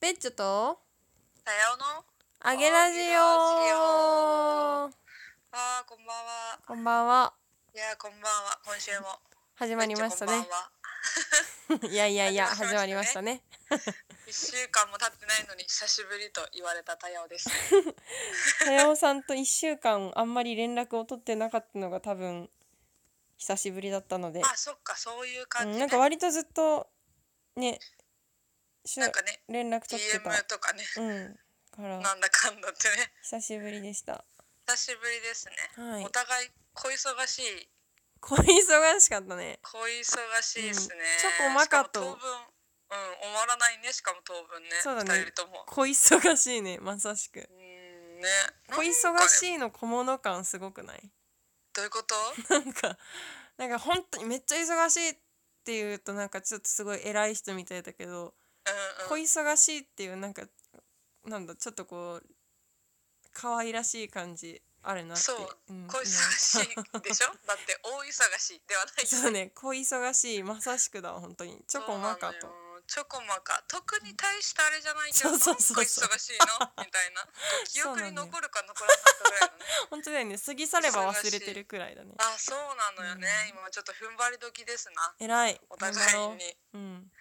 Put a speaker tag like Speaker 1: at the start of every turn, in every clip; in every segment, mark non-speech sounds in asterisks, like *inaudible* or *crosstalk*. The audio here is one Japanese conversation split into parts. Speaker 1: ベッチョと
Speaker 2: さよの
Speaker 1: あげラジオ
Speaker 2: あーこんばんは
Speaker 1: こんばんはい
Speaker 2: やーこんばんは今週も
Speaker 1: 始まりました
Speaker 2: めっ
Speaker 1: ね
Speaker 2: ちゃこんばんは
Speaker 1: いやいやいや始
Speaker 2: 始
Speaker 1: ま
Speaker 2: ま
Speaker 1: り
Speaker 2: り
Speaker 1: ま
Speaker 2: ま
Speaker 1: し
Speaker 2: したた
Speaker 1: ね
Speaker 2: 一週間も経ってないのに久しぶりと言われたたやおです
Speaker 1: 早尾さんと1週間あんまり連絡を取ってなかったのが多分久しぶりだったので、
Speaker 2: あそっかそういう
Speaker 1: う
Speaker 2: 感
Speaker 1: ん、
Speaker 2: じ、ね
Speaker 1: なんか割とずっとねしゅ
Speaker 2: なんかね
Speaker 1: 連絡取って
Speaker 2: DM
Speaker 1: た
Speaker 2: とかね
Speaker 1: うんから
Speaker 2: なんだかんだってね
Speaker 1: 久しぶりでした
Speaker 2: 久しぶりですね、
Speaker 1: はい
Speaker 2: お互い小忙しい
Speaker 1: これ忙しかったね
Speaker 2: 小忙しいですね、
Speaker 1: うんちょっとおまかと
Speaker 2: しも当分うん終わらないねしかも当分ね
Speaker 1: そうだね
Speaker 2: 二人とも
Speaker 1: 小忙しいねまさしく
Speaker 2: うーんね
Speaker 1: 小
Speaker 2: なん
Speaker 1: 忙
Speaker 2: かね
Speaker 1: しいの小物感すごくない
Speaker 2: どういうこと
Speaker 1: なんかなんか本当にめっちゃ忙しいっていうとなんかちょっとすごい偉い人みたいだけど
Speaker 2: うん
Speaker 1: 小
Speaker 2: うん
Speaker 1: 忙しいっていうなんかなんだちょっとこう可愛らしい感じあるなって
Speaker 2: そう、
Speaker 1: ん
Speaker 2: 小忙しい
Speaker 1: *laughs*
Speaker 2: でしょだって大忙しいではない
Speaker 1: そうね小忙しいまさしくだわ本当にチョコマカ
Speaker 2: そ
Speaker 1: と
Speaker 2: うなのよチョコマカ特に大したあれじゃないけど
Speaker 1: そうそうそうそう
Speaker 2: なんか忙しいのみたいな記
Speaker 1: そう
Speaker 2: 憶
Speaker 1: な
Speaker 2: に
Speaker 1: んだよ
Speaker 2: 残るか残らないかぐらいのね
Speaker 1: 本当だよね過ぎ去れば忘れてるくらいだね
Speaker 2: あそうなのよね、
Speaker 1: う
Speaker 2: 今はちょっと踏ん張り時ですな
Speaker 1: 偉い
Speaker 2: お互
Speaker 1: 頑
Speaker 2: い
Speaker 1: 張ろ
Speaker 2: に
Speaker 1: ううん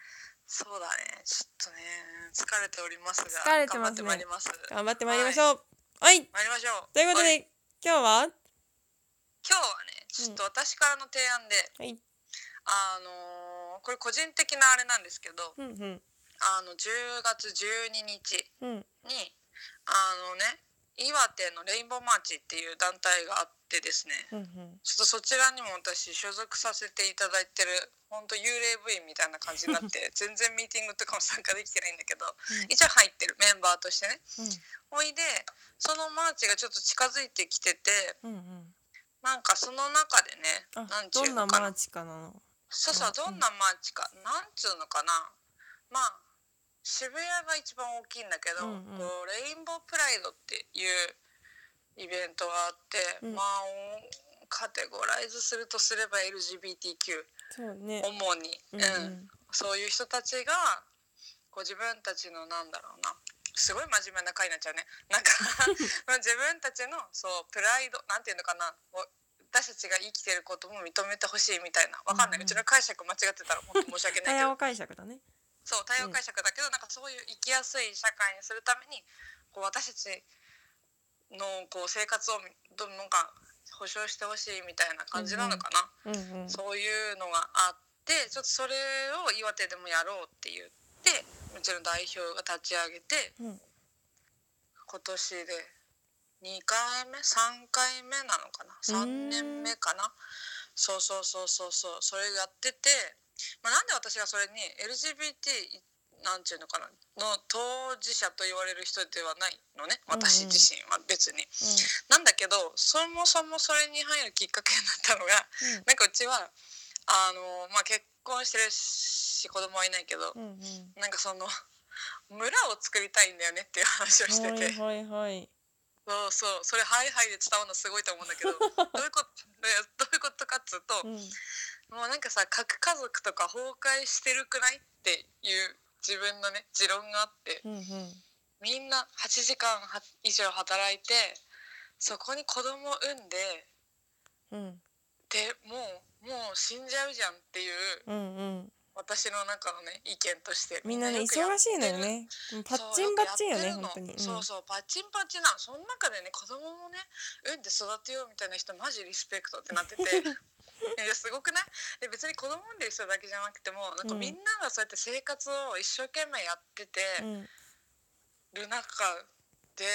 Speaker 2: そうだねちょっとね疲れておりますが
Speaker 1: 疲れてますね
Speaker 2: 頑張ってまいります
Speaker 1: 頑張ってまいりましょうはい、
Speaker 2: 参りましょう
Speaker 1: ということ
Speaker 2: は
Speaker 1: で今日は
Speaker 2: 今日はねちょっと私からの提案で、
Speaker 1: はい
Speaker 2: あのーこれ個人的なあれなんですけど
Speaker 1: うんうん
Speaker 2: あの10月12日
Speaker 1: うん
Speaker 2: にあのね岩手のレインボーマーチっていう団体があってですね
Speaker 1: うんうん
Speaker 2: ちょっとそちらにも私所属させていただいてる本当幽霊部員みたいな感じになって全然ミーティングとかも参加できてないんだけど
Speaker 1: ん
Speaker 2: 一応入ってるメンバーとしてねほいでそのマーチがちょっと近づいてきてて
Speaker 1: うんうんうん
Speaker 2: なんかその中でね
Speaker 1: あ
Speaker 2: なんち
Speaker 1: ど
Speaker 2: ゅうん
Speaker 1: な
Speaker 2: の
Speaker 1: マ
Speaker 2: か
Speaker 1: ー
Speaker 2: な
Speaker 1: チかなの
Speaker 2: そうそうどんなマーチかなんつうのかなまあ渋谷が一番大きいんだけど、
Speaker 1: うんうん
Speaker 2: こうレインボープライドっていうイベントがあって、
Speaker 1: うん
Speaker 2: まあおカテゴライズするとすれば LGBTQ
Speaker 1: そうね
Speaker 2: 主に、
Speaker 1: う
Speaker 2: うんん
Speaker 1: うん
Speaker 2: そういう人たちがこう自分たちのなんだろうなすごい真面目な回になっちゃうねなんか *laughs* まあ自分たちのそうプライドなんていうのかなを私たちが生きてることも認めてほしいみたいなわかんな
Speaker 1: う
Speaker 2: い、
Speaker 1: んう
Speaker 2: うんちの解釈間違ってたら本当申し訳ないけ
Speaker 1: 早
Speaker 2: *laughs*
Speaker 1: 尾
Speaker 2: ど
Speaker 1: 解釈だね
Speaker 2: そう対応解釈だけど、なんかそういう生きやすい社会にするためにこう私たちのこう生活をどんどんか保障してほしいみたいな感じなのかな。
Speaker 1: うんうん
Speaker 2: そういうのがあってちょっとそれを岩手でもやろうって言ってうちの代表が立ち上げて
Speaker 1: うん
Speaker 2: 今年で2回目3回目なのかな3年目かなそうそうそうそうそうそれやってて、まあ、なんで私がそれに LGBT なんていうのかなの当事者と言われる人ではないのね私自身は別に。なんだけどそもそもそれに入るきっかけになったのがなんかうちはあの、まあ、結婚してるし子供はいないけど
Speaker 1: うんうんうん
Speaker 2: なんかその村を作りたいんだよねっていう話をして
Speaker 1: はい
Speaker 2: て
Speaker 1: はいはい
Speaker 2: そうそうそれハイハイで伝わるのすごいと思うんだけどどういうこといやどういうことかっつうと
Speaker 1: うん
Speaker 2: もうなんかさ核家族とか崩壊してるくないっていう自分のね持論があって
Speaker 1: うんうん
Speaker 2: みんな8時間は以上働いてそこに子供を産んで
Speaker 1: うん
Speaker 2: でもうもう死んじゃうじゃんっていう
Speaker 1: うんうん
Speaker 2: 私の中のね意見として
Speaker 1: みんなね忙しいのよねパッチンバッチンよね本当に
Speaker 2: そうそうパッチンパッチンなのその中でね子供もね産んで育てようみたいな人マジリスペクトってなって
Speaker 1: *laughs*
Speaker 2: ていやすごくないで別に子供産んでる人だけじゃなくてもなん
Speaker 1: う
Speaker 2: か
Speaker 1: ん
Speaker 2: みんながそうやって生活を一生懸命やってて
Speaker 1: うんうん
Speaker 2: る中で、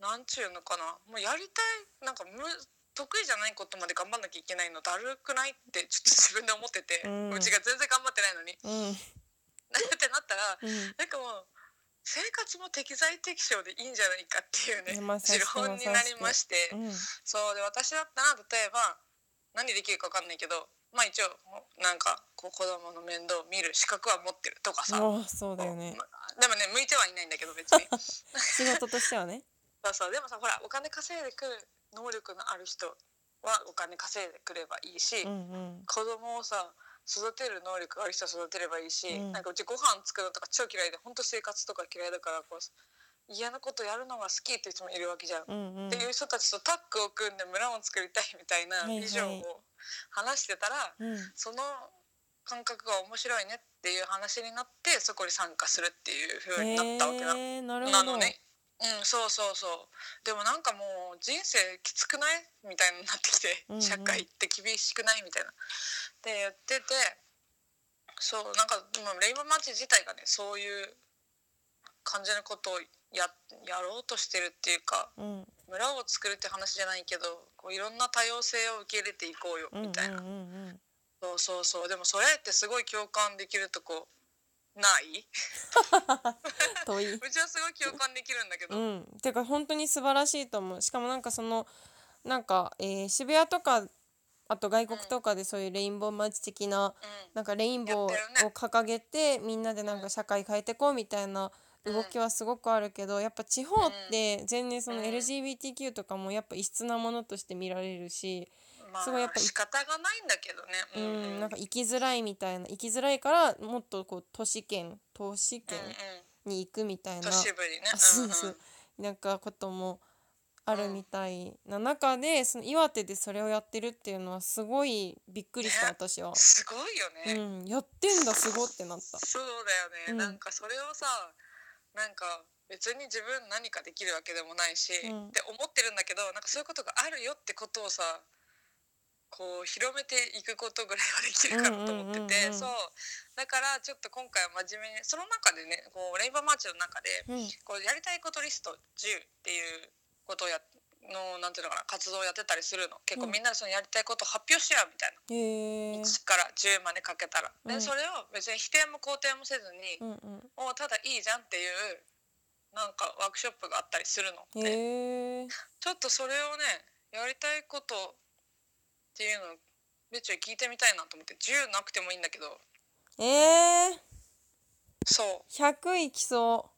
Speaker 2: なんちゅうのかなもうやりたいなんかむ得意じゃないことまで頑張んなきゃいけないのだるくないってちょっと自分で思ってて、
Speaker 1: う
Speaker 2: うんちが全然頑張ってないのに
Speaker 1: うん
Speaker 2: *laughs* ってなったら
Speaker 1: うん
Speaker 2: なんかもう生活も適材適所でいいんじゃないかっていうね
Speaker 1: いやまさし
Speaker 2: 持
Speaker 1: く
Speaker 2: 論になりまして
Speaker 1: うん
Speaker 2: そうで私だったら例えば何できるか分かんないけどまあ一応なんかこう子供の面倒を見る資格は持ってるとかさ、
Speaker 1: もうそうだよね
Speaker 2: まあでもね向いてはいないんだけど
Speaker 1: *laughs*
Speaker 2: 別に
Speaker 1: 仕事としては
Speaker 2: *laughs*
Speaker 1: ね
Speaker 2: そうそうでもさほらお金稼いでくる能力のある人はお金稼いでくればいいし、
Speaker 1: うんうん
Speaker 2: 子供をさ育てる能力がある人は育てればいいし、
Speaker 1: うん
Speaker 2: なんかうちご飯作るのとか超嫌いで本当生活とか嫌いだからこう嫌なことやるのが好きっていう人もいるわけじゃん。
Speaker 1: うんうん
Speaker 2: っていう人たちとタッグを組んで村を作りたいみたいな
Speaker 1: はいはい
Speaker 2: ビジョンを話してたら、
Speaker 1: うん
Speaker 2: その感覚が面白いねっていう話になってそこに参加するっていう風になったわけな,、
Speaker 1: へーなるほど
Speaker 2: なのね。うん、そうそうそうでもなんかもう人生きつくないみたいになってきて
Speaker 1: うんうん
Speaker 2: 社会って厳しくないみたいな。って言っててそうなんかまあレインボーマッチ自体がねそういう感じのことをややろうとしてるっていうか
Speaker 1: うん
Speaker 2: 村を作るって話じゃないけどこういろんな多様性を受け入れていこうよ
Speaker 1: うんうん
Speaker 2: みたいな、
Speaker 1: うんうん
Speaker 2: そうそうそうでもそれってすごい共感できるとこない *laughs*
Speaker 1: 遠いう
Speaker 2: ちはすごい共感できるんだけど、
Speaker 1: うん、てか本当に素晴らしいと思うしかもなんかそのなんか、えー渋谷とかあと外国とかでそういうレインボーマッチ的な
Speaker 2: う
Speaker 1: なんかレインボ
Speaker 2: やってる
Speaker 1: ーを
Speaker 2: ね
Speaker 1: 掲げてみんなでなんか社会変えてこうみたいな動きはすごくあるけどやっぱ地方って全然その
Speaker 2: うん
Speaker 1: LGBTQ とかもやっぱ異質なものとして見られるし
Speaker 2: んまあ
Speaker 1: すごいやっぱ
Speaker 2: 仕方がないんだけどね
Speaker 1: う
Speaker 2: うん
Speaker 1: なんか生きづらいみたいな生きづらいからもっとこう都市圏都市
Speaker 2: うん
Speaker 1: 圏
Speaker 2: う
Speaker 1: に行くみたい
Speaker 2: ん、
Speaker 1: な
Speaker 2: 都市部にね
Speaker 1: あそう
Speaker 2: う
Speaker 1: そ
Speaker 2: んうん
Speaker 1: うなんかこともあるみたいな中でその岩手でそれをやってるっていうのはすごいびっくりした
Speaker 2: ね
Speaker 1: 私は、
Speaker 2: すごいよ
Speaker 1: う
Speaker 2: ね、
Speaker 1: ん、やってんだすごってなった
Speaker 2: そうだよね、
Speaker 1: うん
Speaker 2: なんかそれをさなんか別に自分何かできるわけでもないし、
Speaker 1: うん
Speaker 2: って思ってるんだけどなんかそういうことがあるよってことをさこう広めていくことぐらいはできるかなと思っ
Speaker 1: うんうんうん
Speaker 2: てて、
Speaker 1: うん
Speaker 2: そうだからちょっと今回は真面目にその中でねこうレイバーマーチの中
Speaker 1: う
Speaker 2: で
Speaker 1: ん
Speaker 2: こうやりたいことリスト10っていうことをやのなんていうのかな活動をやってたりするの結構みんなでそのやりたいことを発表しようみたいな。
Speaker 1: へえ
Speaker 2: 1から10までかけたら、
Speaker 1: うん
Speaker 2: でそれを別に否定も肯定もせずに、
Speaker 1: うんうん
Speaker 2: おただいいじゃんっていうなんかワークショップがあったりするの
Speaker 1: へえ
Speaker 2: で、ちょっとそれをねやりたいことっていうのをめっちゃ聞いてみたいなと思って10なくてもいいんだけど
Speaker 1: えー、
Speaker 2: そう
Speaker 1: 100いきそ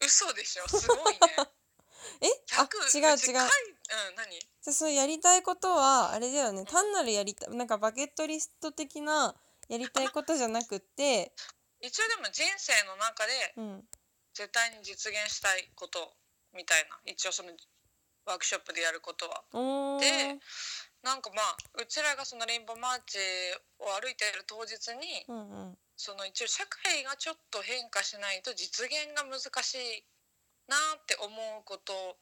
Speaker 2: 嘘でしょすごいね
Speaker 1: *laughs* うえあ
Speaker 2: 100
Speaker 1: 違う違う
Speaker 2: ち
Speaker 1: じ
Speaker 2: かい
Speaker 1: ゃ
Speaker 2: うん何
Speaker 1: あそのやりたいことはあれだよね単なるやりたなんかバケットリスト的なやりたいことじゃなくって
Speaker 2: 一応でも人生の中で
Speaker 1: うん
Speaker 2: 絶対に実現したいことみたいな一応そのワークショップでやることは
Speaker 1: おー
Speaker 2: でなんかまあうちらがそのレインボーマーチを歩いている当日に
Speaker 1: うんうん
Speaker 2: その一応社会がちょっと変化しないと実現が難しいなって思うこと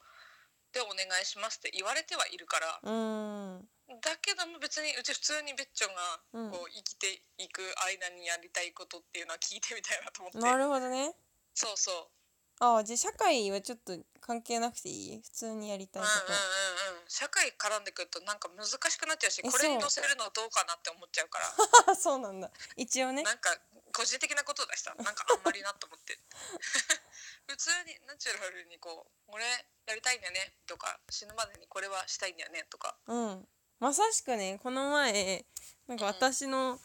Speaker 2: でお願いしますって言われてはいるから
Speaker 1: うん
Speaker 2: だけども別にうち普通にべっちょ
Speaker 1: う
Speaker 2: が
Speaker 1: ん
Speaker 2: こう生きていく間にやりたいことっていうのは聞いてみたいなと思って、
Speaker 1: なるほどね
Speaker 2: そうそう
Speaker 1: ああじゃあ社会はちょっと関係なくていい普通にやりたい
Speaker 2: うん
Speaker 1: こ
Speaker 2: うんうんうん社会絡んでくるとなんか難しくなっちゃうし
Speaker 1: え
Speaker 2: これに
Speaker 1: そう
Speaker 2: 載せるのどうかなって思っちゃうから
Speaker 1: とあそうなんだ一 *laughs* 応ね
Speaker 2: なんか個人的なことだ
Speaker 1: *laughs*
Speaker 2: したなんかあんまりなと思って *laughs* 普通にナチュラルにこう「俺やりたいんだよね」とか「死ぬまでにこれはしたいんだよね」とか
Speaker 1: うんまさしくねこの前なんか
Speaker 2: うん
Speaker 1: 私の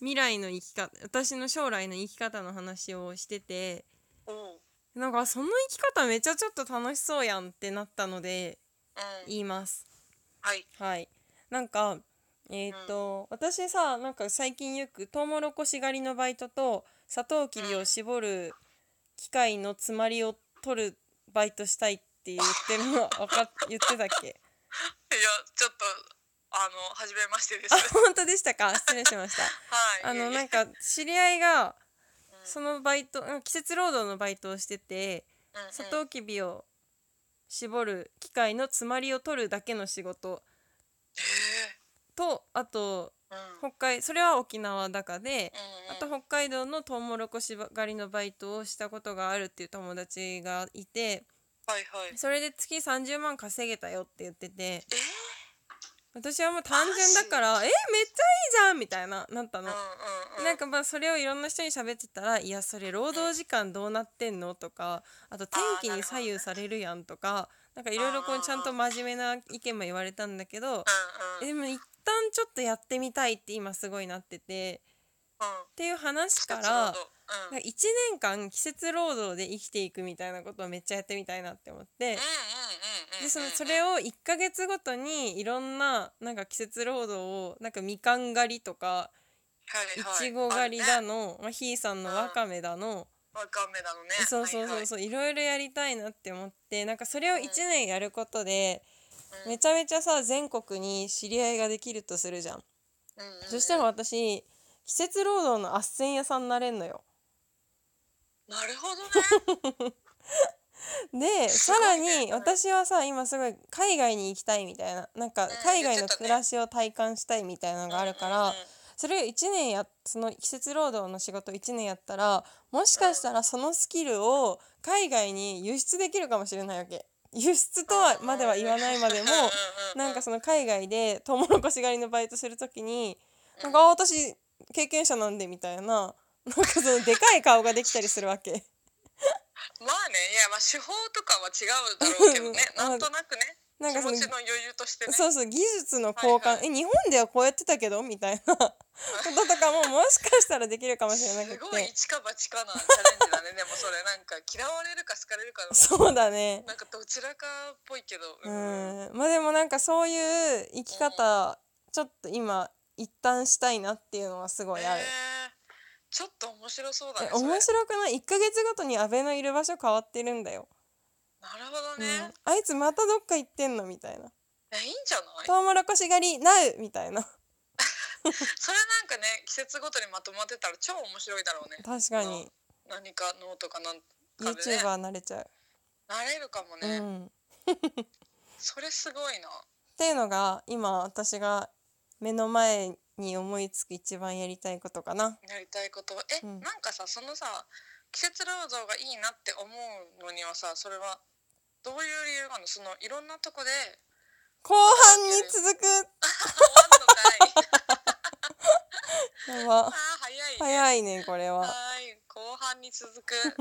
Speaker 1: 未来の生き方私の将来の生き方の話をしてて
Speaker 2: おう、
Speaker 1: なんかその生き方めちゃちょっと楽しそうやんってなったので
Speaker 2: うん、
Speaker 1: 言います
Speaker 2: はい
Speaker 1: はいなんかえーっと、私さなんか最近よくトウモロコシ狩りのバイトとサトウキビを絞る機械のつまりを取るバイトしたいって言ってるのわかっ言ってたっけ
Speaker 2: いやちょっとあの初めましてです
Speaker 1: あ
Speaker 2: はい
Speaker 1: 本当でしたか失礼しました
Speaker 2: *laughs*
Speaker 1: あのなんか知り合いがそのバイトうん季節労働のバイトをしててサト
Speaker 2: う
Speaker 1: ウキビを絞る機械のつまりを取るだけの仕事とあと
Speaker 2: んう
Speaker 1: 北
Speaker 2: ん
Speaker 1: 海それは沖縄だかで
Speaker 2: うん
Speaker 1: あと北海道のトウモロコシ狩りのバイトをしたことがあるっていう友達がいて
Speaker 2: はいはい
Speaker 1: それで月30万稼げたよって言ってて
Speaker 2: え
Speaker 1: 私はもう単純だから「えめっちゃいいじゃん!」みたいななった
Speaker 2: う
Speaker 1: の
Speaker 2: ん。うんうん
Speaker 1: なんかまあそれをいろんな人に喋ってたら「いやそれ労働時間どうなってんの?」とかあと天気に左右されるやんとかなんかいろいろこうちゃんと真面目な意見も言われたんだけど
Speaker 2: うんうん
Speaker 1: でも一旦ちょっとやってみたいって今すごいなってて
Speaker 2: うん
Speaker 1: っていう話か
Speaker 2: 二つ
Speaker 1: ら
Speaker 2: ほどうん
Speaker 1: 1年間季節労働で生きていくみたいなことをめっちゃやってみたいなって思って
Speaker 2: うんうんうんうん
Speaker 1: でその
Speaker 2: うんうん
Speaker 1: それを1ヶ月ごとにいろんななんか季節労働をなんかみかん狩りとか
Speaker 2: はい
Speaker 1: い
Speaker 2: はい
Speaker 1: ちご狩りだ
Speaker 2: あるね
Speaker 1: の、まあ、ひーさんのわかめだの、
Speaker 2: わかめだのね
Speaker 1: そうそうそうそう、いろいろやりたいなって思ってなんかそれを1年やることで、
Speaker 2: うん
Speaker 1: めちゃめちゃさ全国に知り合いができるとするじゃん、
Speaker 2: はいはいうんうん
Speaker 1: そしたら私季節労働の斡旋屋さんになれんのよ
Speaker 2: なるほどね
Speaker 1: ですさ
Speaker 2: ご
Speaker 1: ら
Speaker 2: いね
Speaker 1: に
Speaker 2: うん
Speaker 1: 私はさ今すごい海外に行きたいみたいななんか海外
Speaker 2: 言
Speaker 1: の
Speaker 2: ってた
Speaker 1: 暮
Speaker 2: ね
Speaker 1: らしを体感したいみたいなのがあるから、
Speaker 2: うんうん
Speaker 1: それを1年やその季節労働の仕事1年やったらもしかしたらそのスキルを海外に輸出できるかもしれないわけ輸出とはまでは言わないまでも
Speaker 2: うんうんうん
Speaker 1: なんかその海外でトウモロコシ狩りのバイトする時になんかあ私経験者なんでみたいななんかそのでかい顔ができたりするわけ。
Speaker 2: まあねいやまあ手法とかは違うだろうけどね
Speaker 1: うん
Speaker 2: なんとなくね
Speaker 1: なんかその
Speaker 2: 気持ちの余裕としてね
Speaker 1: そうそう技術の交換、
Speaker 2: はいはい
Speaker 1: え日本ではこうやってたけどみたい
Speaker 2: *laughs*
Speaker 1: なこととかももしかしたらできるかもしれなく
Speaker 2: す
Speaker 1: て
Speaker 2: ごい一か八かなチャレンジだねでもそれなんか嫌われるか好かれるかの
Speaker 1: そうだね
Speaker 2: なんかどちらかっぽいけど
Speaker 1: う
Speaker 2: うん
Speaker 1: んまあでもなんかそういう生き方、ちょっと今一旦したいなっていうのはすごいある
Speaker 2: え、ーちょっと面白そうだね
Speaker 1: え
Speaker 2: それ
Speaker 1: 面白くない1ヶ月ごとに阿部のいる場所変わってるんだよ、
Speaker 2: なるほど
Speaker 1: うん
Speaker 2: ね、
Speaker 1: あいつまたどっか行ってんのみたいない
Speaker 2: やいいんじゃない
Speaker 1: トウモロコシ狩りなうみたいな
Speaker 2: それなんかね季節ごとにまとまってたら超面白いだろうね
Speaker 1: 確かに
Speaker 2: 何かノートかなんかでね
Speaker 1: YouTuber になれちゃ
Speaker 2: なれるかも
Speaker 1: う、
Speaker 2: ね、
Speaker 1: うんっ
Speaker 2: それすごいな
Speaker 1: ていうのが今私が目の前に思いつく一番やりたいことかな
Speaker 2: やりたいことはえ、
Speaker 1: うん
Speaker 2: なんかさそのさ季節労働がいいなって思うのにはさそれはどういう理由があるのそのいろんなとこで
Speaker 1: 後半に続く
Speaker 2: 終
Speaker 1: *laughs*
Speaker 2: わんのかい
Speaker 1: やば
Speaker 2: あー早いね
Speaker 1: 早いねこれは
Speaker 2: はーい後半に続く